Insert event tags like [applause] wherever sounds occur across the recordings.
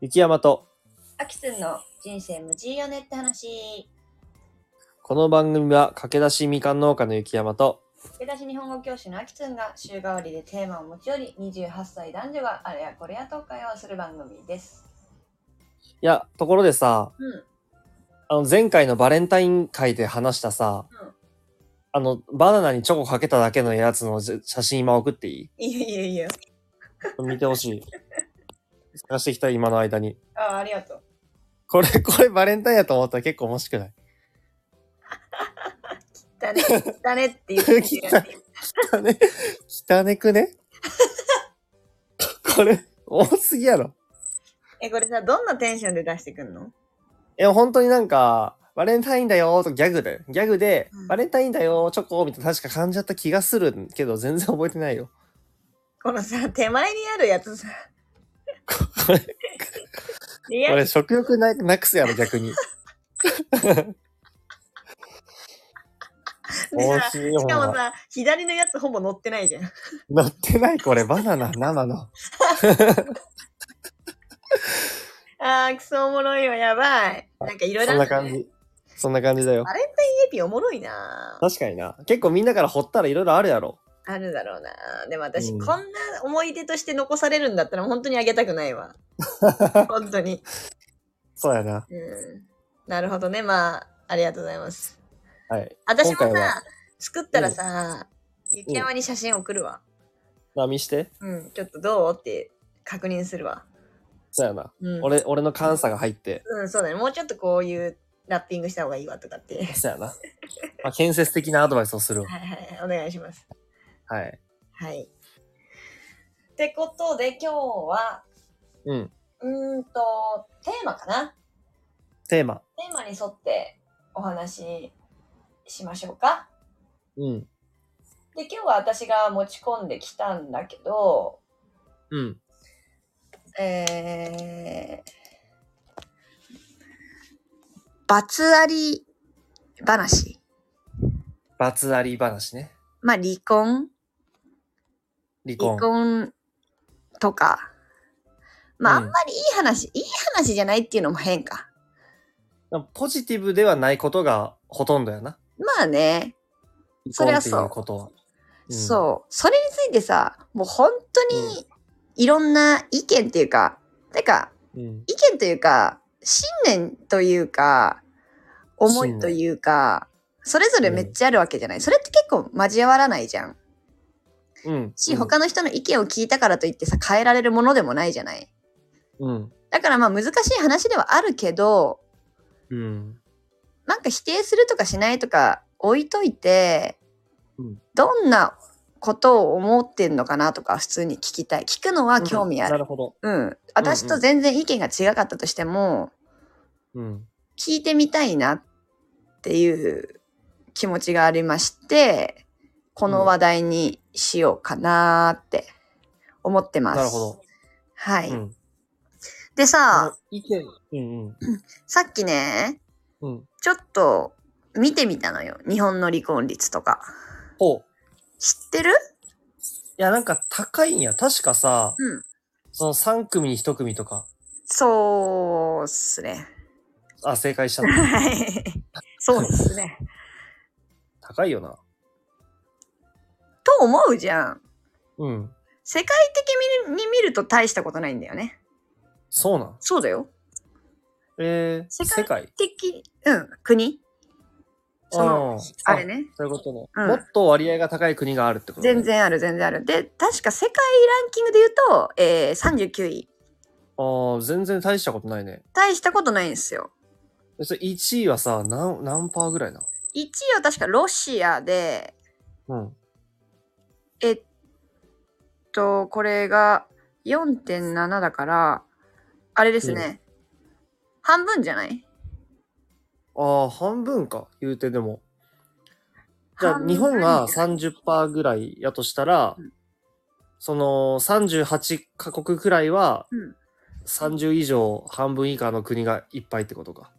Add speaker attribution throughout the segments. Speaker 1: 雪山と、
Speaker 2: アキツンの人生無事よねって話。
Speaker 1: この番組は駆け出しみかん農家の雪山と、
Speaker 2: 出だし日本語教師のアキツンが週替わりでテーマを持ち寄り、28歳男女があれやこれやと会話をする番組です。
Speaker 1: いや、ところでさ、
Speaker 2: うん
Speaker 1: あの前回のバレンタイン会で話したさ、
Speaker 2: うん
Speaker 1: あの、バナナにチョコかけただけのやつのじ写真今送っていい
Speaker 2: いいよいいよいいよ。
Speaker 1: 見てほしい。 [laughs] 探してきた今の間に。
Speaker 2: ああ、ありがとう。
Speaker 1: これ、これバレンタインやと思ったら結構面白くない
Speaker 2: だね、だねっていう感じが。
Speaker 1: 汚ね、汚ねくねこれ、多すぎやろ。
Speaker 2: [laughs] え、これさ、どんなテンションで出してくんの
Speaker 1: いや、本当になんか、バレンタインだよーとギャグで、ギャグで、
Speaker 2: うん
Speaker 1: バレンタインだよーチョコみたいな確か感じちゃった気がするけど、全然覚えてないよ。
Speaker 2: このさ、手前にあるや [laughs] つさ。
Speaker 1: これ、こ
Speaker 2: リアル
Speaker 1: れ食欲ななくすやろ、逆
Speaker 2: [laughs]
Speaker 1: に。
Speaker 2: で
Speaker 1: 美
Speaker 2: さ
Speaker 1: 味しいよ、
Speaker 2: し
Speaker 1: ほん
Speaker 2: かも
Speaker 1: ま
Speaker 2: さ、左のやつほぼ乗ってないじゃん。
Speaker 1: 乗ってないこれ、バナナ、生の。
Speaker 2: あー、くそおもろいわ、やばい。なんかいろいろ
Speaker 1: そ
Speaker 2: あ
Speaker 1: んな
Speaker 2: るね
Speaker 1: 感じ。そんな感じだよ
Speaker 2: あ。れテレビおもろいな
Speaker 1: 確かにな。結構みんなから掘ったらいろいろあるやろ。
Speaker 2: あるだろうなでも私、
Speaker 1: うん
Speaker 2: こんな思い出として残されるんだったら本当にあげたくない
Speaker 1: [laughs]
Speaker 2: わ。本当に。
Speaker 1: そうやな。
Speaker 2: うん。なるほどね。まあ、ありがとうございます。
Speaker 1: はい。
Speaker 2: 私も
Speaker 1: 今回は
Speaker 2: さ、作ったらさ、雪山に写真送るわ。
Speaker 1: まあ見して。
Speaker 2: うん、ちょっとどうって確認するわ。
Speaker 1: そうやな。
Speaker 2: うん。
Speaker 1: 俺、俺の感さが入って。
Speaker 2: うん、そうだね。もうちょっとこういうラッピングした方がいいわとかって。はい
Speaker 1: そうやな。まあ、建設的なアドバイスをするわ。
Speaker 2: はい、お願いします。
Speaker 1: はい。
Speaker 2: はい。ってことで今日は、
Speaker 1: うん。
Speaker 2: うーんと、テーマかな
Speaker 1: テーマ。
Speaker 2: テーマに沿ってお話ししましょうか。
Speaker 1: うん。
Speaker 2: で、今日は私が持ち込んできたんだけど、
Speaker 1: うん。
Speaker 2: えー、バツあり話。
Speaker 1: 罰あり話ね。
Speaker 2: まあ、離婚
Speaker 1: 離婚。
Speaker 2: 離婚とか。まあ、あ
Speaker 1: うん
Speaker 2: んまりいい話、いい話じゃないっていうのも変か。
Speaker 1: ポジティブではないことがほとんどやな。
Speaker 2: まあね、そ
Speaker 1: 離婚っ
Speaker 2: りゃ
Speaker 1: てい
Speaker 2: そう
Speaker 1: うことは。うん。
Speaker 2: そう。それについてさ、もう本当にいろんな意見っていうか、てか、
Speaker 1: うん。
Speaker 2: 意見というか、信念というか、思いというか、それぞれめっちゃあるわけじゃない。それって結構交わらないじゃん。
Speaker 1: うん。
Speaker 2: し、他の人の意見を聞いたからといってさ、変えられるものでもないじゃない。
Speaker 1: うん。
Speaker 2: だからまあ難しい話ではあるけど、
Speaker 1: うん。
Speaker 2: なんか否定するとかしないとか置いといて、
Speaker 1: うん
Speaker 2: どんなことを思ってんのかなとか普通に聞きたい。聞くのは興味ある
Speaker 1: な。るほど。
Speaker 2: うん。私と全然意見が違かったとしても、
Speaker 1: うん。
Speaker 2: 聞いてみたいなっていう気持ちがありまして、この話題にしようかなーって思ってます。
Speaker 1: なるほど。
Speaker 2: はい。
Speaker 1: うん。
Speaker 2: でさ、
Speaker 1: 意見。うんうん。
Speaker 2: さっきね、
Speaker 1: うん。
Speaker 2: ちょっと見てみたのよ。日本の離婚率とか。
Speaker 1: ほう。
Speaker 2: 知ってる
Speaker 1: いや、なんか高いんや。確かさ、
Speaker 2: うん
Speaker 1: その3組に1組とか。
Speaker 2: そうっすね。
Speaker 1: あ、正解
Speaker 2: [laughs]
Speaker 1: したの。
Speaker 2: はい。そうですね。
Speaker 1: 高いよな。
Speaker 2: と思うじゃん。
Speaker 1: うん。
Speaker 2: 世界的に見ると大したことないんだよね。
Speaker 1: そうなん。
Speaker 2: そうだよ。
Speaker 1: えー、
Speaker 2: 世
Speaker 1: 世
Speaker 2: 界
Speaker 1: 界
Speaker 2: 的、うん、国その
Speaker 1: うん
Speaker 2: あれね。
Speaker 1: そういうことね、
Speaker 2: うん
Speaker 1: もっと割合が高い国があるってことね。
Speaker 2: 全。然ある、全然ある。で、確か世界ランキングで言うと、えー、39位。
Speaker 1: ああ、全然大したことないね。
Speaker 2: 大したことないんですよ。
Speaker 1: えそれ1位はさ、何、何パーぐらいな
Speaker 2: 1位は確かロシアで、
Speaker 1: うん。
Speaker 2: えっと、これが4.7だから、あれですね。半分じゃない
Speaker 1: ああ、半分か、言うてでも。じゃ
Speaker 2: 半
Speaker 1: あ、
Speaker 2: 分
Speaker 1: 日本が30%ぐらいやとしたら、
Speaker 2: うん
Speaker 1: その38カ国くらいは
Speaker 2: うん、
Speaker 1: 30以上半分以下の国がいっぱいってことか。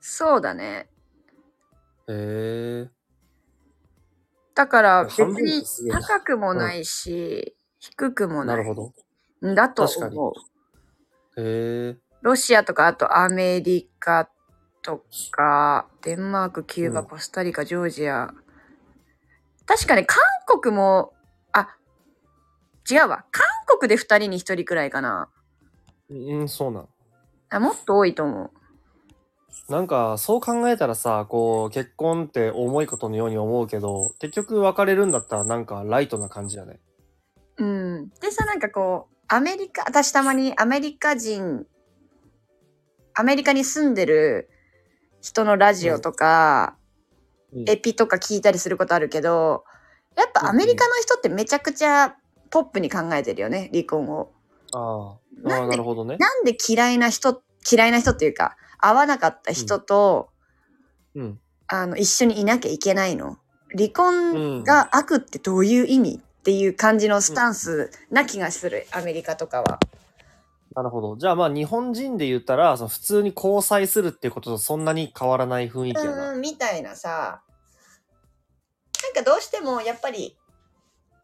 Speaker 2: そうだね。
Speaker 1: へえ。
Speaker 2: だから別
Speaker 1: 半分っ
Speaker 2: に
Speaker 1: てすげえな
Speaker 2: 高くもないし、低くも
Speaker 1: な
Speaker 2: な
Speaker 1: る
Speaker 2: い
Speaker 1: ほど。
Speaker 2: んだと
Speaker 1: 確かに
Speaker 2: 思う。
Speaker 1: へえ。
Speaker 2: ロシアとか、あとアメリカとか、デンマーク、キューバ、
Speaker 1: うん
Speaker 2: コスタリカ、ジョージア。確かに韓国も、あ、違うわ。韓国で2人に1人くらいかな。
Speaker 1: うん、そうなん。
Speaker 2: あもっと多いと思
Speaker 1: なんか、そう考えたらさ、こう、結婚って重いことのように思うけど、結局別れるんだったらなんかライトな感じだね。
Speaker 2: う。うん。でさ、なんかこう、アメリカ、私たまにアメリカ人、アメリカに住んでる人のラジオと
Speaker 1: う
Speaker 2: か、
Speaker 1: ん
Speaker 2: エピとか聞いたりすることあるけど、やっぱアメリカの人ってめちゃくちゃポップに考えてるよね、離婚を。
Speaker 1: ああ、あ
Speaker 2: な
Speaker 1: あ
Speaker 2: んで
Speaker 1: なるほどね。
Speaker 2: なんで嫌いな人、嫌いな人っていうか、会わなかった人と、
Speaker 1: うん。
Speaker 2: あの、一緒にいなきゃいけないの離婚が悪ってどういう意味っていう感じのスタンスな気がする、アメリカとかは。
Speaker 1: なるほど。じゃあまあ、日本人で言ったら、その普通に交際するっていうこととそんなに変わらない雰囲気やな。
Speaker 2: うん、みたいなさ。なんかどうしてもやっぱり、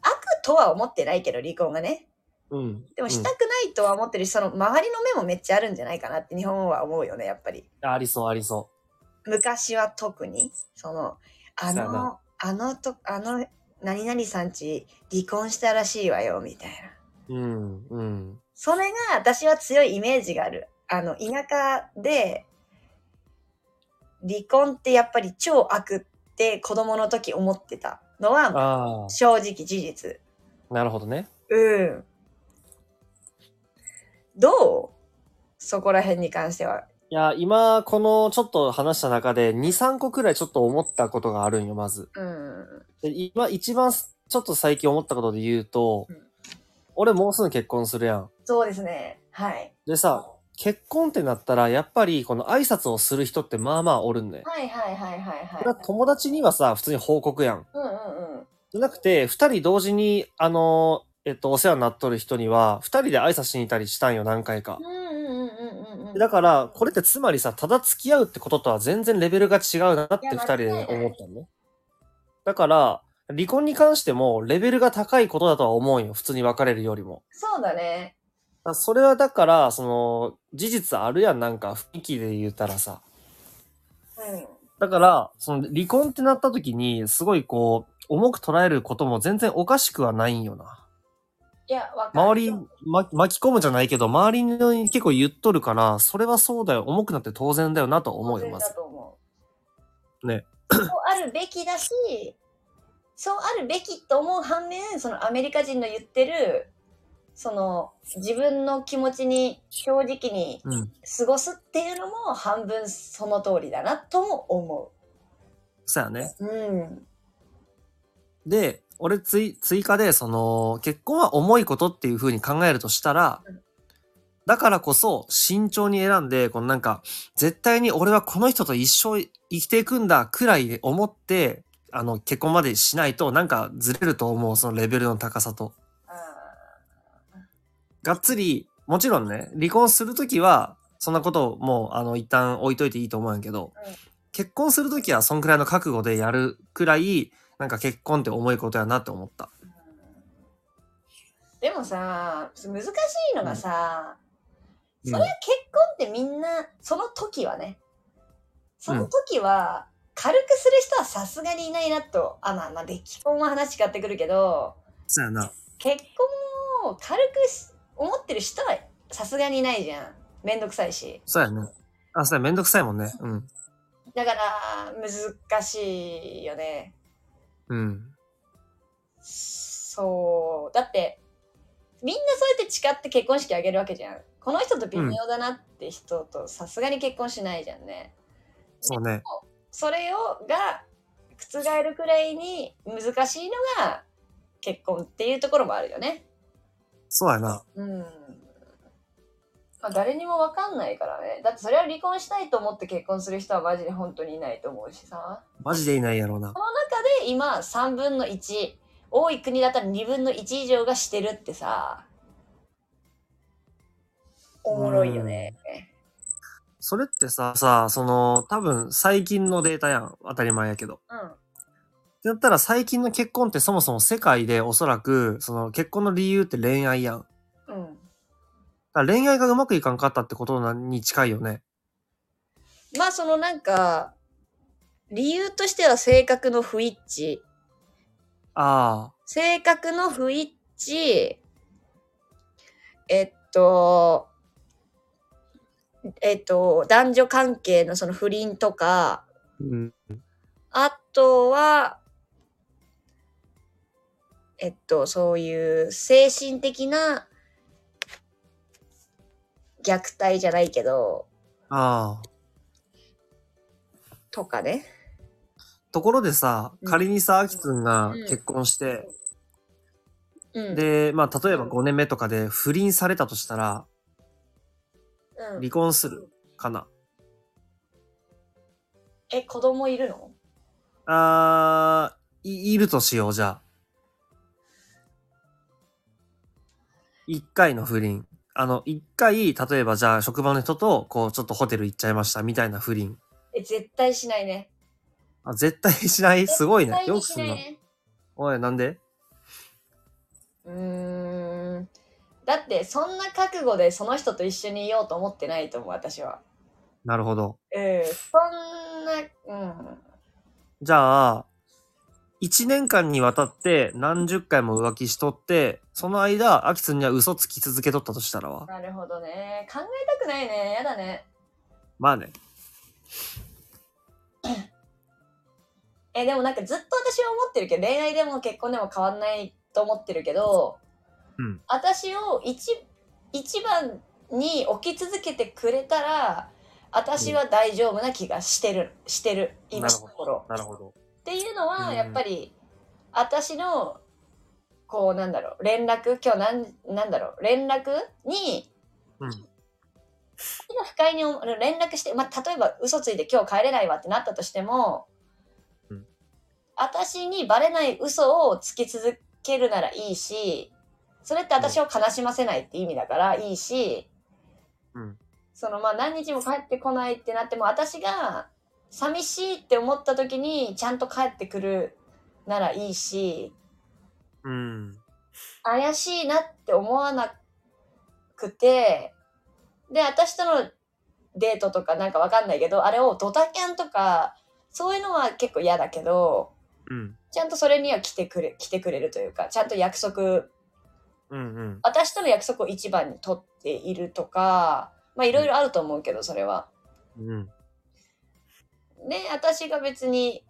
Speaker 2: 悪とは思ってないけど、離婚がね。
Speaker 1: うん。
Speaker 2: でもし
Speaker 1: うん
Speaker 2: たくないとは思ってるし、その周りの目もめっちゃあるんじゃないかなって日本は思うよね、やっぱり。
Speaker 1: ありそう、ありそ
Speaker 2: 昔は特に、その、あ
Speaker 1: そうやな
Speaker 2: の、あのと、あの、何々さんち離婚したらしいわよ、みたいな。
Speaker 1: う。うん、うん。
Speaker 2: それが私は強いイメージがある。あの、田舎で、離婚ってやっぱり超悪って子供の時思ってたのは
Speaker 1: あ
Speaker 2: 正直事実。
Speaker 1: あ、なるほどね。
Speaker 2: うん。どうそこら辺に関しては。
Speaker 1: いや、今、このちょっと話した中で、2、3個くらいちょっと思ったことがあるんよ、まず。
Speaker 2: うん
Speaker 1: で今、一番す、ちょっと最近思ったことで言うと、
Speaker 2: うん
Speaker 1: 俺もうすぐ結婚するやん。
Speaker 2: そうですね。はい。
Speaker 1: でさ、結婚ってなったら、やっぱり、この挨拶をする人ってまあまあおるんだよ。
Speaker 2: はいはいはいはい
Speaker 1: これは
Speaker 2: はい。
Speaker 1: 友達にはさ、普通に報告やん。
Speaker 2: うんうんうん。
Speaker 1: じゃなくて、二人同時に、あの、えっと、お世話になっとる人には、二人で挨拶しに行ったりしたんよ、何回か。
Speaker 2: うんうんうんうんうん。
Speaker 1: でだから、これってつまりさ、ただ付き合うってこととは全然レベルが違うなって
Speaker 2: いや
Speaker 1: 二人で
Speaker 2: 間違いない
Speaker 1: 思ったのね。だから、離婚に関しても、レベルが高いことだとは思うんよ、普通に別れるよりも。
Speaker 2: そうだね。
Speaker 1: だからそれはだから、その、事実あるやん、なんか、雰囲気で言ったらさ。
Speaker 2: うん。
Speaker 1: だから、その、離婚ってなった時に、すごいこう、重く捉えることも全然おかしくはないんよな。
Speaker 2: いや、わかる。
Speaker 1: 周り、ま、巻き込むじゃないけど、周りに結構言っとるから、それはそうだよ、重くなって当然だよなとは思うよ、ま
Speaker 2: 当
Speaker 1: ず
Speaker 2: 然だ。と思う。
Speaker 1: ね。
Speaker 2: そうあるべきだし、そうあるべきと思う反面、そのアメリカ人の言ってる、その自分の気持ちに正直に
Speaker 1: うん。
Speaker 2: 過ごすっていうのも半分その通りだなとも思
Speaker 1: そうやね。
Speaker 2: う。うん。
Speaker 1: で、俺追、追加で、その、結婚は重いことっていう風に考えるとしたら
Speaker 2: うん、
Speaker 1: だからこそ、慎重に選んで、このなんか、絶対に俺はこの人と一生生きていくんだ、くらいで思って、あの、結婚までしないと、なんかずれると思う、そのレベルの高さと。
Speaker 2: あ
Speaker 1: がっつり、もちろんね、離婚するときは、そんなことをもう、あの、一旦置いといていいと思うんやけど、
Speaker 2: うん
Speaker 1: 結婚するときは、そんくらいの覚悟でやるくらい、なんか結婚って重いことやなって思った。
Speaker 2: ーでもさ、難しいのがさ、
Speaker 1: うん
Speaker 2: それは結婚ってみんな、その時はね、その時は、軽くする人はさすがにいないなと、あ、まあまあ、で、既婚は話変わってくるけど、
Speaker 1: そうやな。
Speaker 2: 結婚を軽くし思ってる人はさすがにいないじゃん。めんどくさいし。
Speaker 1: そうやね。あ、それめんどくさいもんね。うん。
Speaker 2: だから、難しいよね。
Speaker 1: うん。
Speaker 2: そう。だって、みんなそうやって誓って結婚式あげるわけじゃん。この人と微妙だなって人とさすがに結婚しないじゃんね。
Speaker 1: そうね。
Speaker 2: それを、が、覆るくらいに難しいのが結婚っていうところもあるよね。
Speaker 1: そうやな。
Speaker 2: うん。まあ誰にもわかんないからね。だってそれは離婚したいと思って結婚する人はマジで本当にいないと思うしさ。
Speaker 1: マジでいないやろうな
Speaker 2: こ。の中で今3分の1、多い国だったら2分の1以上がしてるってさ、おもろいよね。
Speaker 1: それってさ、さ、その、多分最近のデータやん。当たり前やけど。
Speaker 2: うん。
Speaker 1: だったら最近の結婚ってそもそも世界でおそらく、その結婚の理由って恋愛やん。
Speaker 2: うん。
Speaker 1: から恋愛がうまくいかんかったってことなに近いよね。
Speaker 2: まあそのなんか、理由としては性格の不一致。
Speaker 1: あ
Speaker 2: 性格の不一致。えっと、えっと、男女関係のその不倫とか、
Speaker 1: あ。うん。
Speaker 2: あとは、えっと、そういう精神的な虐待じゃないけど、
Speaker 1: ああ。
Speaker 2: とかね。
Speaker 1: ところでさ、
Speaker 2: うん
Speaker 1: 仮にさ、あきくんが
Speaker 2: うん
Speaker 1: 結婚して、
Speaker 2: うん。
Speaker 1: で、まあ、例えば
Speaker 2: うん
Speaker 1: 5年目とかで不倫されたとしたら、
Speaker 2: うん
Speaker 1: 離婚するかな。
Speaker 2: え、子供いるの
Speaker 1: あー、いいるとしよう、じゃあ。一回の不倫。あの、一回、例えばじゃあ職場の人と、こう、ちょっとホテル行っちゃいました、みたいな不倫。
Speaker 2: え、絶対しないね。
Speaker 1: あ、絶対しない。すごいね。
Speaker 2: 絶対
Speaker 1: よ
Speaker 2: に
Speaker 1: く
Speaker 2: し
Speaker 1: すん
Speaker 2: ない
Speaker 1: な。
Speaker 2: ね。
Speaker 1: おい、なんで
Speaker 2: うーん。だって、そんな覚悟でその人と一緒にいようと思ってないと思う、私は。
Speaker 1: なるほど。
Speaker 2: うん。そんな、うん。
Speaker 1: じゃあ、一年間にわたって何十回も浮気しとって、その間、アキツには嘘つき続けとったとしたらは。
Speaker 2: なるほどね。考えたくないね。やだね。
Speaker 1: まあね。
Speaker 2: え、でもなんかずっと私は思ってるけど、恋愛でも結婚でも変わんないと思ってるけど、
Speaker 1: うん
Speaker 2: 私を一一番に置き続けてくれたら、私は大丈夫な気がしてる、してる、今のところ。
Speaker 1: なるほど。
Speaker 2: っていうの
Speaker 1: う
Speaker 2: は
Speaker 1: ん
Speaker 2: やっぱり私のこうなんだろう連絡今日なんなんだろう連絡に
Speaker 1: うん
Speaker 2: 今不快に思う連絡して、まあ、例えば嘘ついて今日帰れないわってなったとしても、
Speaker 1: うん
Speaker 2: 私にバレない嘘をつき続けるならいいしそれって私を悲しませないって意味だからいいし、
Speaker 1: うん
Speaker 2: そのまあ何日も帰ってこないってなっても私が寂しいって思った時にちゃんと帰ってくるならいいし
Speaker 1: うん。
Speaker 2: 怪しいなって思わなくてで私とのデートとかなんかわかんないけどあれをドタキャンとかそういうのは結構嫌だけど
Speaker 1: うん。
Speaker 2: ちゃんとそれには来てくれ来てくれるというかちゃんと約束
Speaker 1: うんうん。
Speaker 2: 私との約束を一番に取っているとかまあいろいろあると思うけどそれは。
Speaker 1: うん。
Speaker 2: で私が別に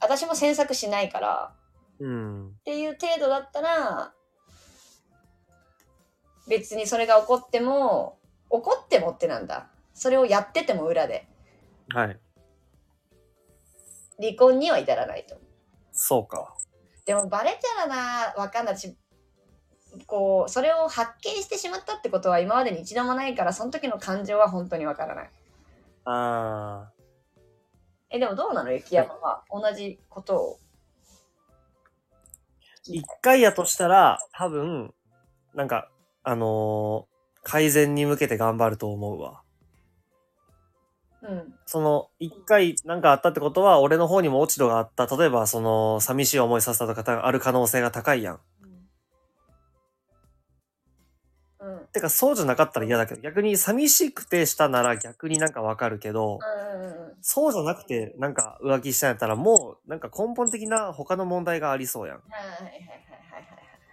Speaker 2: 私も詮索しないから
Speaker 1: うん。
Speaker 2: っていう程度だったら別にそれが起こっても怒ってもってなんだそれをやってても裏で
Speaker 1: はい。
Speaker 2: 離婚には至らないと
Speaker 1: そうか。
Speaker 2: でもバレたらなわかんないしこうそれを発見してしまったってことは今までに一度もないからその時の感情は本当にわからない
Speaker 1: あ
Speaker 2: えでもどうなの雪山は同じことを
Speaker 1: ー。一回やとしたら、多分、なんか、あのー改善に向けて頑張ると思うわ。
Speaker 2: うん
Speaker 1: その、一回なんかあったってことは、俺の方にも落ち度があった。例えば、その、寂しい思いさせたとかたある可能性が高いやん。
Speaker 2: うんうん
Speaker 1: てか、そうじゃなかったら嫌だけど、逆に寂しくてしたなら逆になんかわかるけど、
Speaker 2: うんうんうん
Speaker 1: そうじゃなくてなんか浮気したんやったら、もうなんか根本的な他の問題がありそうやん。だか
Speaker 2: はいはいはいはいはいはい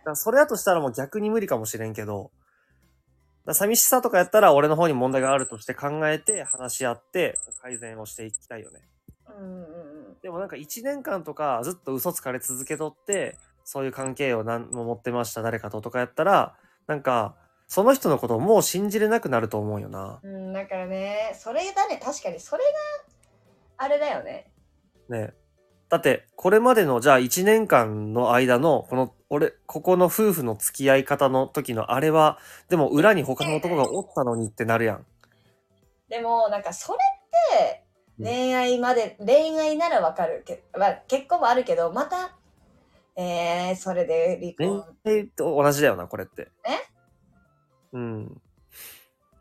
Speaker 1: らそれだとしたらもう逆に無理かもしれんけど、だから寂しさとかやったら俺の方に問題があるとして考えて話し合って改善をしていきたいよね。
Speaker 2: うんうんうん
Speaker 1: でもなんか1年間とかずっと嘘つかれ続けとって、そういう関係を何も持ってました誰かととかやったら、なんか、その人のことをもう信じれなくなると思うよな。
Speaker 2: うん、だからね、それだね、確かにそれがあれだよね。
Speaker 1: ね。だって、これまでの、じゃあ1年間の間の、この、俺、ここの夫婦の付き合い方の時のあれは、でも裏に他の男がおったのにってなるやん。
Speaker 2: でも、なんかそれって
Speaker 1: うん
Speaker 2: 恋愛まで、恋愛ならわかるけ、まあ、結婚もあるけど、また、えー、それで離
Speaker 1: 恋
Speaker 2: 婚。
Speaker 1: 愛と同じだよな、これって。
Speaker 2: え
Speaker 1: うん。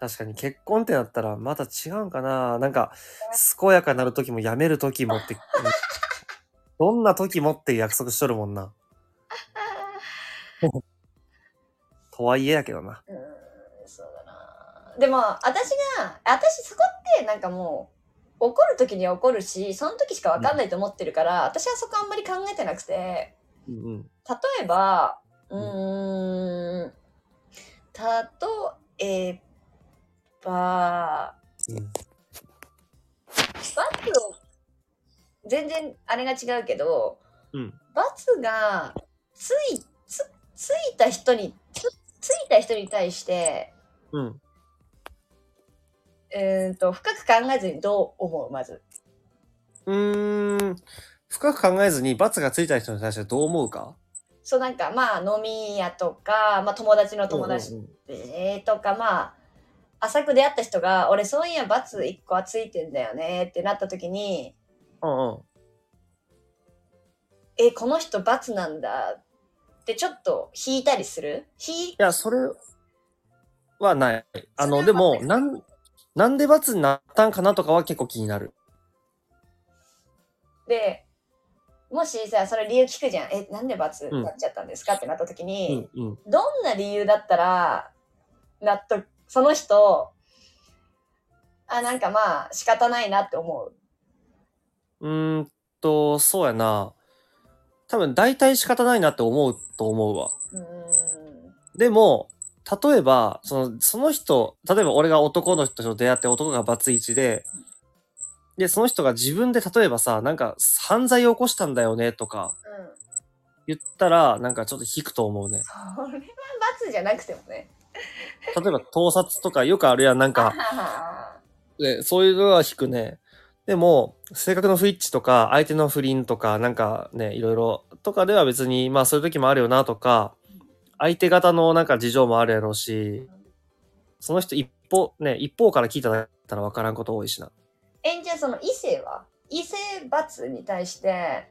Speaker 1: 確かに結婚ってなったらまた違うんかな。なんか、健やかなる時もやめる時もって、うん [laughs] どんな時もって約束しとるもんな。
Speaker 2: あ
Speaker 1: とはいえやけどな。
Speaker 2: ーうん、そうだでも私が私そこってなんかもう怒る時には怒るしその時しか分かんないと思ってるから、私はそこあんまり考えてなくて
Speaker 1: うんうん。
Speaker 2: 例えばう
Speaker 1: うん
Speaker 2: ーん例えば
Speaker 1: うん
Speaker 2: 罰を全然あれが違うけど、
Speaker 1: うん
Speaker 2: 罰がついつついた人につついた人に対して
Speaker 1: うん。
Speaker 2: うーんと深く考えずにどう思うまず
Speaker 1: うーん。深く考えずに罰がついた人に対してどう思うか
Speaker 2: そうなんかまあ飲み屋とか、まあ、友達の友達
Speaker 1: うんうんうん
Speaker 2: でとか、まあ浅く出会った人が「俺そういや罰1個はついてんだよね」ってなった時に
Speaker 1: うんうん。
Speaker 2: 「えこの人罰なんだ」ってちょっと引いたりする引い
Speaker 1: いや、それはない。あの、
Speaker 2: そ
Speaker 1: で
Speaker 2: れはない
Speaker 1: も、なん、なんで罰になったんかなとかは結構気になる。
Speaker 2: でもしさそれ理由聞くじゃん「えなんで罰
Speaker 1: うん
Speaker 2: なっちゃったんですか?」ってなった時
Speaker 1: う
Speaker 2: に
Speaker 1: ん、うん。
Speaker 2: どんな理由だったら納得その人あなんかまあ仕方ないなって思う
Speaker 1: うーんと、そうやな。多分、大体仕方ないなって思うと思うわ。
Speaker 2: うーん
Speaker 1: でも、例えば、その、その人、例えば俺が男の人と出会って男がバツイチで、で、その人が自分で例えばさ、なんか犯罪を起こしたんだよねとか
Speaker 2: うん
Speaker 1: 言ったら、なんかちょっと引くと思うね。
Speaker 2: それは罰じゃなくてもね
Speaker 1: 例えば盗撮とかよくあるやん、なんか、
Speaker 2: あ
Speaker 1: ね、そういうのは引くね。でも、性格の不一致とか、相手の不倫とか、なんかね、いろいろとかでは別に、まあそういう時もあるよなとか、相手方のなんか事情もあるやろうし、その人一方、ね、一方から聞いただったら分からんこと多いしな。
Speaker 2: えんじゃあその異性は異性罰に対して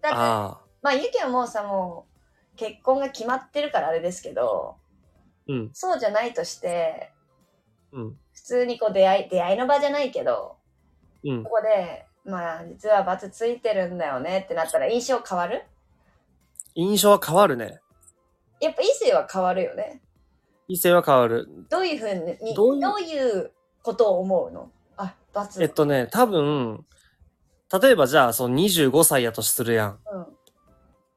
Speaker 2: だから
Speaker 1: ああ、
Speaker 2: まあゆきはもうさもう結婚が決まってるからあれですけど
Speaker 1: うん、
Speaker 2: そうじゃないとして
Speaker 1: うん、
Speaker 2: 普通にこう出会い出会いの場じゃないけど
Speaker 1: うん。
Speaker 2: ここでまあ実は罰ついてるんだよねってなったら印象変わる
Speaker 1: 印象は変わるね。
Speaker 2: やっぱ異性は変わるよね
Speaker 1: 異性は変わる。
Speaker 2: どういうふうに
Speaker 1: ど
Speaker 2: ど
Speaker 1: う
Speaker 2: う
Speaker 1: いう
Speaker 2: いうことを思うのあ罰
Speaker 1: えっとね、多分、例えばじゃあ、その25歳やとするやん。
Speaker 2: うん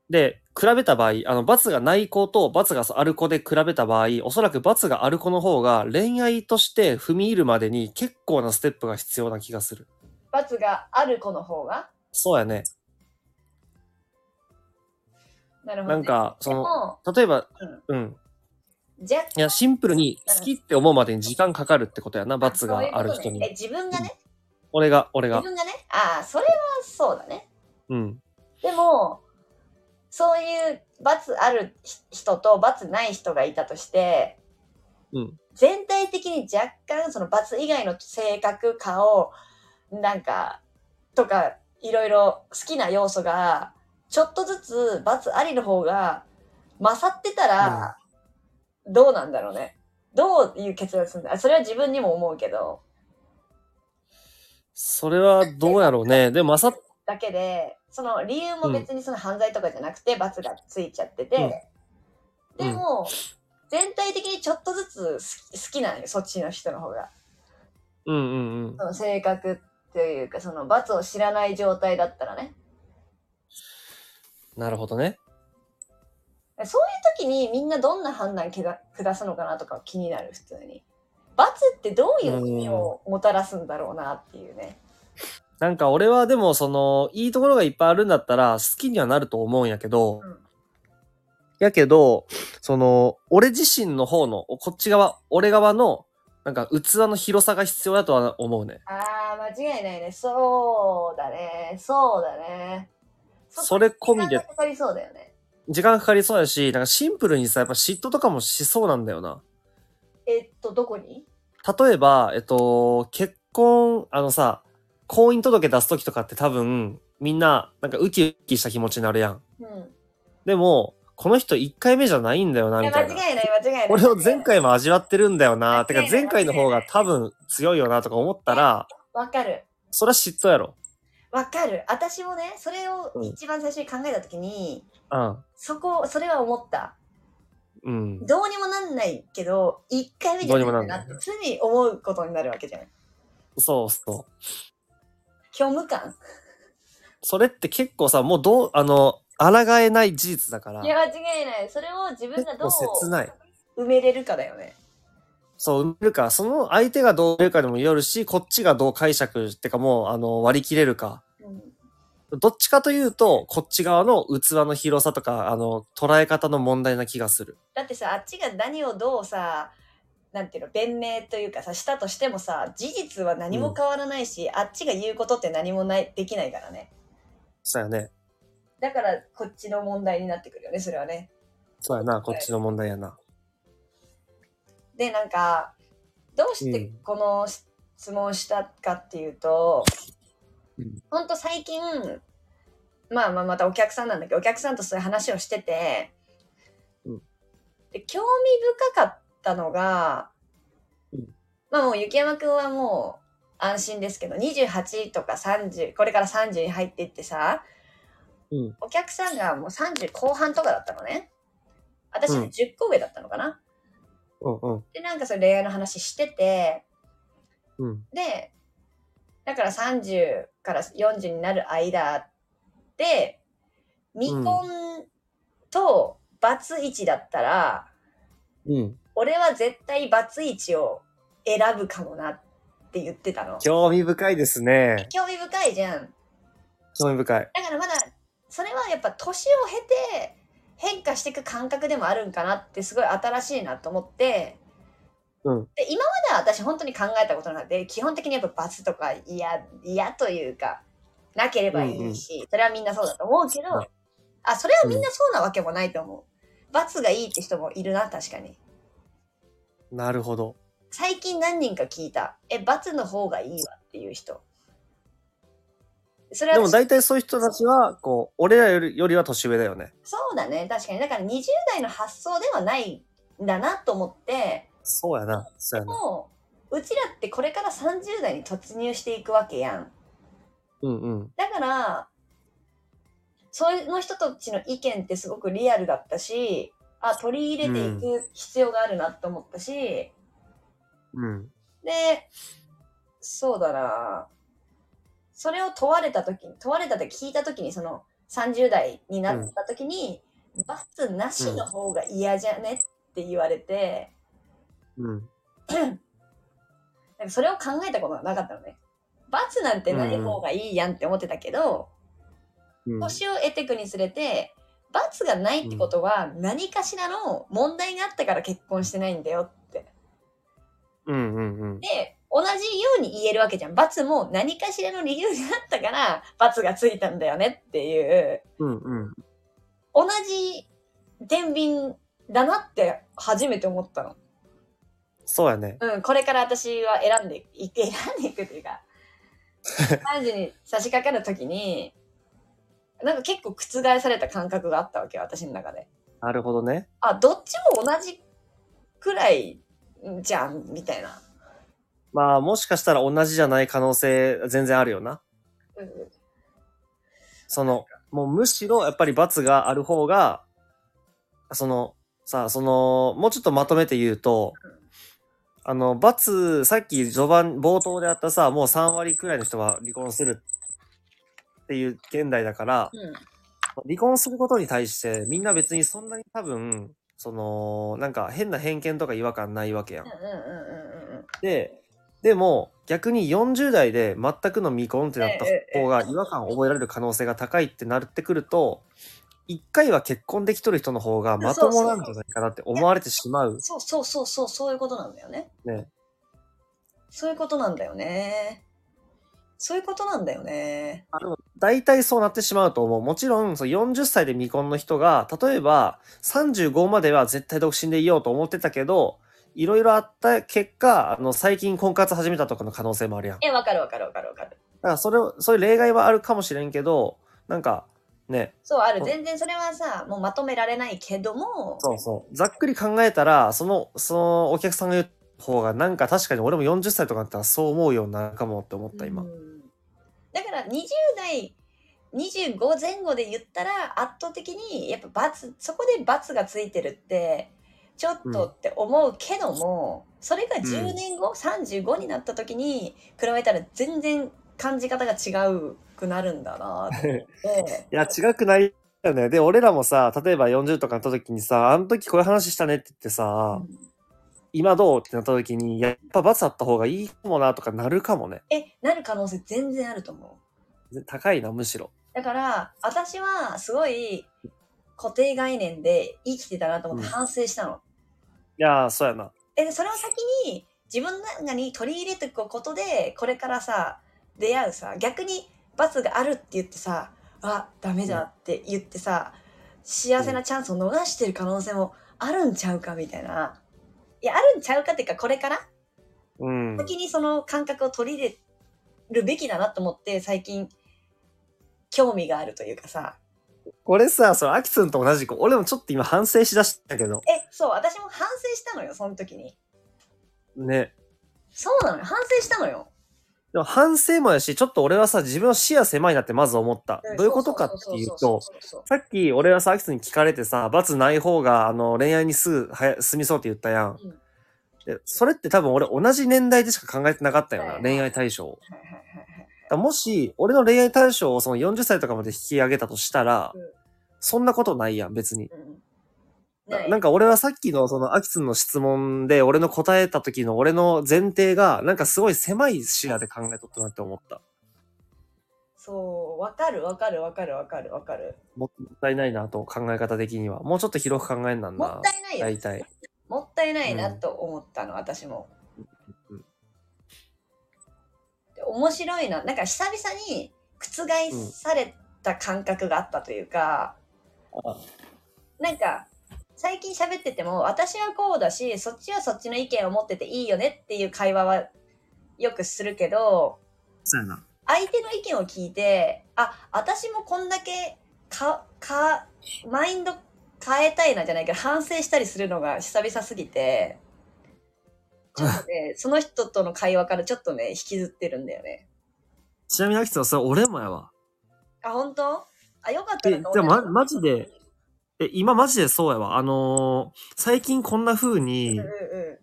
Speaker 1: で、比べた場合、あの、罰がない子と罰がある子で比べた場合、おそらく罰がある子の方が恋愛として踏み入るまでに結構なステップが必要な気がする。
Speaker 2: 罰がある子の方が
Speaker 1: そうやね。
Speaker 2: なるほど、
Speaker 1: な
Speaker 2: ね、
Speaker 1: んか、そ
Speaker 2: で
Speaker 1: の、
Speaker 2: も
Speaker 1: 例えば、うん。
Speaker 2: じゃ
Speaker 1: いや、シンプルに好きって思うまでに時間かかるってことやな、罰
Speaker 2: そういう
Speaker 1: が
Speaker 2: こと
Speaker 1: ある人
Speaker 2: ねえ
Speaker 1: に。
Speaker 2: 自分がね、
Speaker 1: 俺が、俺
Speaker 2: 自
Speaker 1: が。
Speaker 2: 分がね、ああ、それはそうだね。
Speaker 1: うん。
Speaker 2: でも、そういう罰ある人と罰ない人がいたとして、
Speaker 1: うん
Speaker 2: 全体的に若干その罰以外の性格、顔、なんか、とか、いろいろ好きな要素が、ちょっとずつ罰ありの方が勝ってたら、どうなんだろうね。どういう決断するんだそれは自分にも思うけど。
Speaker 1: それはどうやろうね。でも、まさ、
Speaker 2: だけでその理由も別にその犯罪とかじゃなくて罰がついちゃってて、
Speaker 1: うん
Speaker 2: でも、全体的にちょっとずつ好き好きなのよそっちの人の方が
Speaker 1: うんうんうん。
Speaker 2: その性格というかその罰を知らない状態だったらね
Speaker 1: なるほどね。
Speaker 2: そういう時にみんなどんな判断けが下すのかなとか気になる普通に罰ってどういう意味をもたらすんだろうなっていうね、
Speaker 1: なんか俺はでも、その、いいところがいっぱいあるんだったら好きにはなると思うんやけど、
Speaker 2: うん
Speaker 1: やけど、その、俺自身の方の、こっち側、俺側の、なんか器の広さが必要だとは思うね。
Speaker 2: あー間違いないねそうだねそうだね
Speaker 1: それ込み
Speaker 2: 時間
Speaker 1: で
Speaker 2: がかかりそうだよね
Speaker 1: 時間かかりそうやし、なんかシンプルにさ、やっぱ嫉妬とかもしそうなんだよな。
Speaker 2: えっと、どこに
Speaker 1: 例えば、えっと、結婚、あのさ、婚姻届出す時とかって多分、みんな、なんかウキウキした気持ちになるやん。
Speaker 2: うん。
Speaker 1: でも、この人1回目じゃないんだよな、
Speaker 2: いや、
Speaker 1: み
Speaker 2: 間
Speaker 1: たい
Speaker 2: 違。
Speaker 1: ない
Speaker 2: ない、間違いない。
Speaker 1: 俺を前回も味わってるんだよ
Speaker 2: [laughs]
Speaker 1: な。てか
Speaker 2: 間違いない
Speaker 1: 前回の方が多分強いよなとか思ったら、
Speaker 2: わかる。
Speaker 1: そりゃ嫉妬やろ。
Speaker 2: わかる。私もね、それを
Speaker 1: うん
Speaker 2: 一番最初に考えたときに、
Speaker 1: うん。
Speaker 2: そこ、それは思った。
Speaker 1: うん。
Speaker 2: どうにもなんないけど、一回目じゃ
Speaker 1: どうにもなん
Speaker 2: な
Speaker 1: ない
Speaker 2: って、常に思うことになるわけじゃん。
Speaker 1: そうそう。
Speaker 2: 虚無感。
Speaker 1: それって結構さ、もうどう、あの、抗えない事実だから
Speaker 2: い、や、間違いない。それを自分が
Speaker 1: 結
Speaker 2: ど
Speaker 1: 構切
Speaker 2: う
Speaker 1: ない。
Speaker 2: 埋めれるかだよね。
Speaker 1: そう、埋めるか、その相手がどう言うかにもよるし、こっちがどう解釈ってかもう、あの、割り切れるか。
Speaker 2: うん。
Speaker 1: どっちかというと、こっち側の器の広さとか、あの、捉え方の問題な気がする。
Speaker 2: だってさあっちが何をどうさなんていうの弁明というかさしたとしてもさ事実は何も変わらないし、あっちが言うことって何もないできないからね
Speaker 1: そうやね。
Speaker 2: だからこっちの問題になってくるよねそれはね
Speaker 1: そうやな、こっちの問題やな。
Speaker 2: でなんかどうして
Speaker 1: うん
Speaker 2: このし質問をしたかっていうと、
Speaker 1: うん
Speaker 2: ほんと最近まあまあまたお客さんなんだけどお客さんとそういう話をしてて、
Speaker 1: うん
Speaker 2: で興味深かったのが、
Speaker 1: うん
Speaker 2: まあもう雪山くんはもう安心ですけど28とか30これから30に入っていってさ
Speaker 1: うん。
Speaker 2: お客さんがもう30後半とかだったのね私
Speaker 1: う
Speaker 2: の
Speaker 1: ん
Speaker 2: 10個上だったのかな、
Speaker 1: うんうん。
Speaker 2: でなんかその恋愛の話してて
Speaker 1: うん。
Speaker 2: でだから30から40になる間で未婚とバツイチだったら、
Speaker 1: うん。
Speaker 2: 俺は絶対バツイチを選ぶかもなって言ってたの
Speaker 1: 興味深いですね。
Speaker 2: 興味深いじゃん
Speaker 1: 興味深い。
Speaker 2: だからまだそれはやっぱ年を経て変化していく感覚でもあるんかなってすごい新しいなと思って、
Speaker 1: うん
Speaker 2: で今までは私本当に考えたことなくて基本的にやっぱ罰とか嫌嫌というかなければいいし、それはみんなそうだと思うけど、
Speaker 1: うん
Speaker 2: あそれはみんなそうなわけもないと思う罰がいいって人もいるな確かに
Speaker 1: なるほど。
Speaker 2: 最近何人か聞いたえ罰の方がいいわっていう人それ
Speaker 1: で
Speaker 2: は
Speaker 1: も
Speaker 2: 私
Speaker 1: 大体そういう人たちは、こう、俺らよりよりは年上だよね。
Speaker 2: そうだね確かにだから20代の発想ではないんだなと思って
Speaker 1: そうやな。そうやな。
Speaker 2: もううちらってこれから30代に突入していくわけやん
Speaker 1: うんうん。
Speaker 2: だからその人たちの意見ってすごくリアルだったしあ取り入れていく必要があるなと思ったし、
Speaker 1: うん。
Speaker 2: でそうだなそれを問われた時に問われたって聞いた時にその30代になった時に、バツなしの方が嫌じゃねって言われて、
Speaker 1: うん。
Speaker 2: なんかそれを考えたことがなかったのね。罰なんてない方がいいやんって思ってたけど、
Speaker 1: うん。
Speaker 2: 年を得ていくにつれて罰がないってことは何かしらの問題があったから結婚してないんだよって。
Speaker 1: うんうんうん。
Speaker 2: で同じように言えるわけじゃん罰も何かしらの理由があったから罰がついたんだよねっていう
Speaker 1: うんうん。
Speaker 2: 同じ天秤だなって初めて思ったの。
Speaker 1: そうやね。
Speaker 2: うん、これから私は選んでいく、選んでいくというか、3時に差し掛かるときに、なんか結構覆された感覚があったわけよ、私の中で。
Speaker 1: なるほどね。
Speaker 2: あ、どっちも同じくらいじゃん、みたいな。
Speaker 1: まあ、もしかしたら同じじゃない可能性全然あるよな。
Speaker 2: うん
Speaker 1: その、もうむしろやっぱり罰がある方が、その、さあ、その、もうちょっとまとめて言うと、あの、罰、さっき序盤、冒頭であったさ、もう3割くらいの人は離婚するっていう現代だから、
Speaker 2: うん。
Speaker 1: 離婚することに対してみんな別にそんなに多分、その、なんか変な偏見とか違和感ないわけやん
Speaker 2: うん。うんうんうんうん。
Speaker 1: で、でも逆に40代で全くの未婚ってなった方が違和感を覚えられる可能性が高いってなってくると、一回は結婚できとる人の方がまともなんじゃないかなって思われてしまう。
Speaker 2: そうそうそうそう、そういうことなんだよね。
Speaker 1: ね。
Speaker 2: そういうことなんだよね。そういうことなんだよね。
Speaker 1: 大体そうなってしまうと思う。もちろん、その40歳で未婚の人が、例えば35までは絶対独身でいようと思ってたけど、いろいろあった結果、あの、最近婚活始めたとかの可能性もあるやん。
Speaker 2: え、わかるわかるわかるわかる。
Speaker 1: だからそれを、そういう例外はあるかもしれんけど、なんか、ね、
Speaker 2: そう、ある。
Speaker 1: うん
Speaker 2: 全然それはさ、もうまとめられないけども、
Speaker 1: そうそう。ざっくり考えたら、その、そのお客さんが言う方が、なんか確かに俺も40歳とかだったらそう思うようになるかもって思った、今
Speaker 2: う。んだから20代25前後で言ったら圧倒的にやっぱ罰そこで罰がついてるってちょっとって思うけども、それが10年後、35になった時に比べたら全然感じ方が違うくなるんだなと
Speaker 1: [laughs]
Speaker 2: 思って。
Speaker 1: いや、違くないよね。で、俺らもさ、例えば40とかになった時にさ、あの時こういう話したねって言ってさ、
Speaker 2: うん
Speaker 1: 今どうってなった時に、やっぱ罰あった方がいいかもなとかなるかもね。
Speaker 2: え、なる可能性全然あると思う。
Speaker 1: 高いな、むしろ。
Speaker 2: だから私はすごい固定概念で生きてたなと思って
Speaker 1: うん
Speaker 2: 反省したの。
Speaker 1: いやー、そうやな。
Speaker 2: えでそれを先に自分の中に取り入れていくことでこれからさ出会うさ逆に罰があるって言ってさあダメだって言ってさ幸せなチャンスを逃してる可能性もあるんちゃうかみたいな。いやあるんちゃうかっていうかこれから
Speaker 1: うん。
Speaker 2: 先にその感覚を取り入れるべきだなと思って最近興味があるというかさ
Speaker 1: 俺さ、その、アキツンと同じく、俺もちょっと今反省しだしたけど、
Speaker 2: えそう私も反省したのよその時に
Speaker 1: ね。
Speaker 2: そうなのよ反省したのよ
Speaker 1: でも反省もやし、ちょっと俺はさ、自分の視野狭いなってまず思った。どういうことかっていうと、
Speaker 2: そうそうそうそう
Speaker 1: さっき俺はさ、アキツに聞かれてさ、罰ない方が、あの、恋愛にすぐ早済みそうって言ったやん。
Speaker 2: うん
Speaker 1: でそれって多分俺同じ年代でしか考えてなかったよ
Speaker 2: はい
Speaker 1: な、
Speaker 2: はい
Speaker 1: 恋愛対象を。
Speaker 2: はいはいはいはい
Speaker 1: だからもし、俺の恋愛対象をその40歳とかまで引き上げたとしたら、
Speaker 2: うん
Speaker 1: そんなことないやん、別に。
Speaker 2: うん
Speaker 1: な
Speaker 2: ね
Speaker 1: なんか俺はさっきのそのアキツの質問で俺の答えた時の俺の前提がなんかすごい狭い視野で考えとったなって思った。
Speaker 2: そうわかるわかるわかるわかるわかる
Speaker 1: もったいないなと考え方的には。もうちょっと広く考えんなん
Speaker 2: も
Speaker 1: な
Speaker 2: っ。たいないよ
Speaker 1: 大体。
Speaker 2: もったいないなと思ったの、私も
Speaker 1: うん。
Speaker 2: で面白いななんか久々に覆された感覚があったというか、
Speaker 1: あ
Speaker 2: なんか最近喋ってても私はこうだしそっちはそっちの意見を持ってていいよねっていう会話はよくするけど
Speaker 1: そうやな。
Speaker 2: 相手の意見を聞いてあ私もこんだけかかマインド変えたいなじゃないけど反省したりするのが久々すぎてちょっと
Speaker 1: [laughs]
Speaker 2: ねその人との会話からちょっとね引きずってるんだよね
Speaker 1: ちなみにアキツはそれ俺もやわ。
Speaker 2: あ本当あよかった
Speaker 1: え、
Speaker 2: な
Speaker 1: じ
Speaker 2: と
Speaker 1: ゃ
Speaker 2: 思
Speaker 1: あ
Speaker 2: った
Speaker 1: ま、マジで、え、今マジでそうやわ。あのー最近こんな風
Speaker 2: うん
Speaker 1: に
Speaker 2: うんう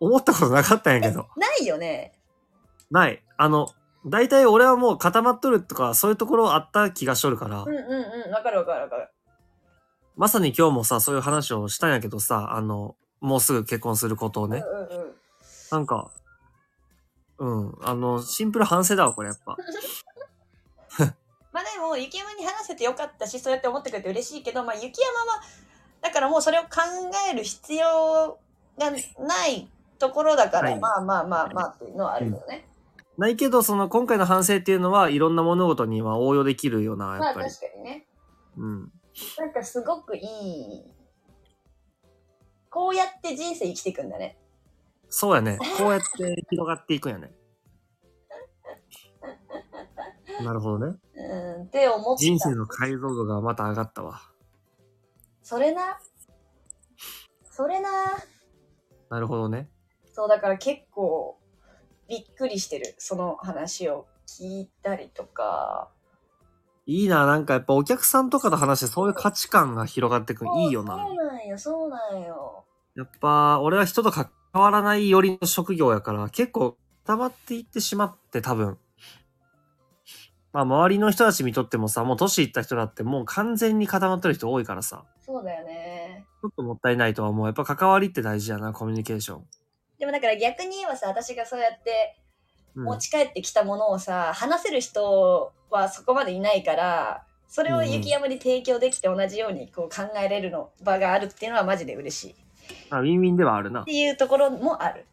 Speaker 1: 思ったことなかったんやけど。
Speaker 2: んないよね
Speaker 1: ない。あの、大体俺はもう固まっとるとか、そういうところあった気がしとるから
Speaker 2: うん、うんうんわかるわかるわかる
Speaker 1: まさに今日もさ、そういう話をしたんやけどさ、あの、もうすぐ結婚することをね。
Speaker 2: うんうんうん
Speaker 1: なんか、うん、あの、シンプル反省だわ、これやっぱ。
Speaker 2: まあでも雪山に話せてよかったしそうやって思ってくれて嬉しいけど、まあ、雪山はだからもうそれを考える必要がないところだから、
Speaker 1: はい
Speaker 2: まあまあまあまあっていうのはあるよね。
Speaker 1: ないけど、その今回の反省っていうのは、いろんな物事には応用できるよな、
Speaker 2: ま
Speaker 1: や
Speaker 2: あ
Speaker 1: っぱ
Speaker 2: 確
Speaker 1: り。
Speaker 2: かにね。
Speaker 1: うん。
Speaker 2: なんかすごくいい。こうやって人生生きていくんだね。
Speaker 1: そう
Speaker 2: [laughs]
Speaker 1: やね。こうやって広がっていくんやね。なるほどね。
Speaker 2: うんって思った。
Speaker 1: 人生の解像度がまた上がったわ。
Speaker 2: それな。それな。
Speaker 1: なるほどね。
Speaker 2: そうだから結構びっくりしてる。その話を聞いたりとか。
Speaker 1: いいな、なんかやっぱお客さんとかと話してそういう価値観が広がってくる。いいよ
Speaker 2: そう
Speaker 1: な。
Speaker 2: なんよ、そうなんよ。
Speaker 1: やっぱ、俺は人と関わらないよりの職業やから、結構固まっていってしまって多分。まあ、周りの人たち見とってもさ、もう年いった人だってもう完全に固まってる人多いからさ、
Speaker 2: そうだよね。
Speaker 1: ちょっともったいないとは思う。やっぱ関わりって大事やな、コミュニケーション。
Speaker 2: でもだから逆に言えばさ、私がそうやって
Speaker 1: うん
Speaker 2: 持ち帰ってきたものをさ、話せる人はそこまでいないから、それを雪山に提供できて同じようにこう考えれるの場があるっていうのはマジで嬉しい。っ
Speaker 1: まあ、ウィンウィンではあるな
Speaker 2: て。いうところもある。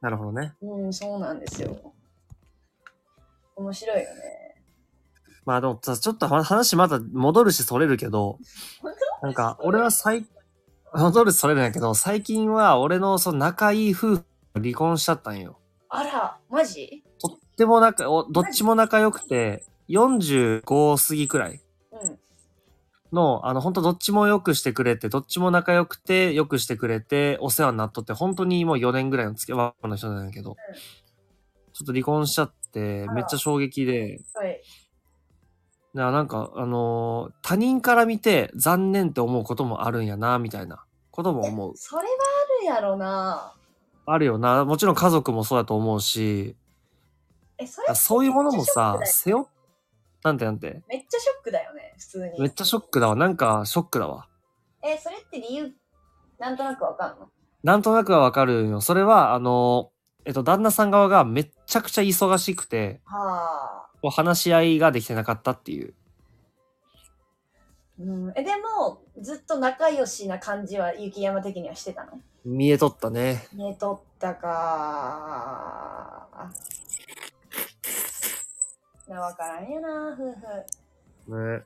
Speaker 1: なるほどね。
Speaker 2: うん、そうなんですよ。面白いよね。
Speaker 1: まあでもさ、ちょっと話また戻るしそれるけど、なんか俺は最、戻るしそれるんやけど、最近は俺のその仲いい夫婦が離婚しちゃったんよ。
Speaker 2: あら、マジ
Speaker 1: とっても仲、おどっちも仲良くて、45過ぎくらい
Speaker 2: うん。
Speaker 1: の、あの、本当どっちも良くしてくれて、どっちも仲良くて、良くしてくれて、お世話になっとって、本当にもう4年ぐらいの付き合いの人なんやけど、ちょっと離婚しちゃって、
Speaker 2: あら
Speaker 1: めっちゃ衝撃で、
Speaker 2: はい。
Speaker 1: ななんか、あのー他人から見て残念って思うこともあるんやな、みたいな。ことも思う。
Speaker 2: それはあるやろな。
Speaker 1: あるよな。もちろん家族もそうだと思うし、
Speaker 2: え、それって
Speaker 1: そういうものもさ、
Speaker 2: めっちゃショッ
Speaker 1: 背負っ、
Speaker 2: クだよ
Speaker 1: なんてなんて、
Speaker 2: めっちゃショックだよね、普通に。
Speaker 1: めっちゃショックだわ。なんかショックだわ。
Speaker 2: え、それって理由、なんとなくわかんの
Speaker 1: なんとなくはわかるよ。それは、あの、えっと、旦那さん側がめっちゃくちゃ忙しくて、
Speaker 2: はあ。
Speaker 1: こう話し合いができてなかったっていう。
Speaker 2: うん、え、でも、ずっと仲良しな感じは、雪山的にはしてたの
Speaker 1: 見えとったね。
Speaker 2: 寝とったかな、わからんよな、夫婦。
Speaker 1: ね。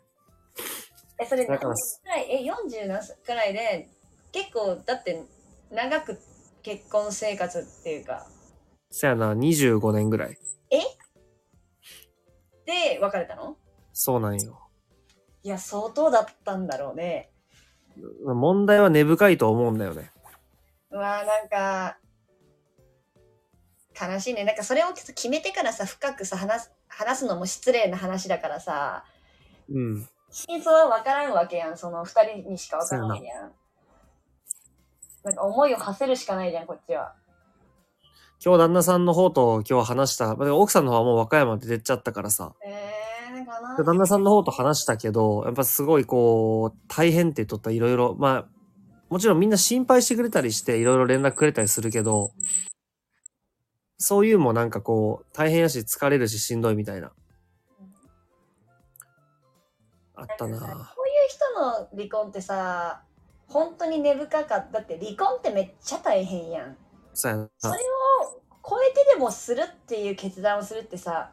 Speaker 2: え、それ、
Speaker 1: だ
Speaker 2: 何
Speaker 1: から
Speaker 2: 歳くらい、え、40何歳くらいで、結構、だって、長く結婚生活っていうか、
Speaker 1: そやな、25年ぐらい。
Speaker 2: で、別れたの
Speaker 1: そうなんよ。
Speaker 2: いや、相当だったんだろうね。
Speaker 1: 問題は根深いと思うんだよね。
Speaker 2: うわーなんか悲しいねなんかそれを決めてからさ深くさ話す話すのも失礼な話だからさ
Speaker 1: うん。
Speaker 2: 真相は分からんわけやんその2人にしか分からないやんなんか思いを馳せるしかないじゃんこっちは
Speaker 1: 今日旦那さんの方と今日話した、まあ奥さんの方はもう和歌山で出っちゃったからさ、
Speaker 2: えー、なんかな
Speaker 1: で旦那さんの方と話したけど、やっぱすごいこう、大変って言っとったいろいろ、まあ、もちろんみんな心配してくれたりして、いろいろ連絡くれたりするけど、そういうもなんかこう、大変やし疲れるししんどいみたいな。あった
Speaker 2: なんか
Speaker 1: な
Speaker 2: こういう人の離婚ってさ本当に根深かっただって離婚ってめっちゃ大変やん
Speaker 1: そうやな。
Speaker 2: それを超えてでもするっていう決断をするってさ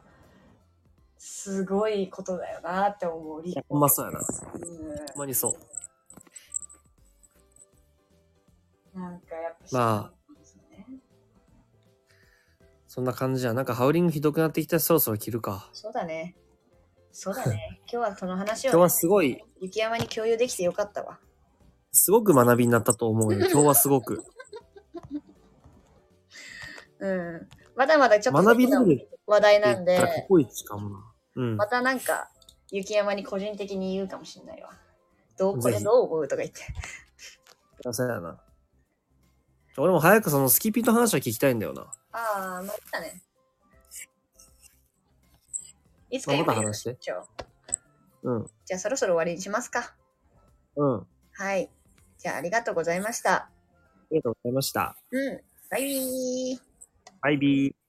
Speaker 2: すごいことだよなって思う。
Speaker 1: ほんまそうやな。ほん
Speaker 2: う
Speaker 1: まにそう。
Speaker 2: ん、なんかやっぱ
Speaker 1: まそんな感じや。なんかハウリングひどくなってきたしそろそろ切るか。
Speaker 2: そうだね。そう
Speaker 1: [laughs]
Speaker 2: だね。今日はこの話を、
Speaker 1: 今日はすごい、
Speaker 2: 雪山に共有できてよかったわ。
Speaker 1: すごく学びになったと思
Speaker 2: [laughs]
Speaker 1: うよ。今日はすごく。
Speaker 2: うん。まだまだちょっと
Speaker 1: 学びレベル
Speaker 2: 話題
Speaker 1: 言
Speaker 2: な
Speaker 1: った
Speaker 2: んで
Speaker 1: ら、過去一かもな。うん
Speaker 2: ま。たなんか雪山に個人的に言うかもしれないわ。どうこ
Speaker 1: ぜ
Speaker 2: れ
Speaker 1: ひ
Speaker 2: どう思うとか言って。
Speaker 1: そうやな。俺も早くそのスキピーの話は聞きたいんだよな。
Speaker 2: ああ、またね。いつか
Speaker 1: まあまた
Speaker 2: 今言う
Speaker 1: 話して。
Speaker 2: じゃあ
Speaker 1: うん。
Speaker 2: じゃあそろそろ終わりにしますか。
Speaker 1: うん。あ
Speaker 2: はい。じゃあありがとうございました。
Speaker 1: りがとうございました。
Speaker 2: うん。バイビー。
Speaker 1: バイビー。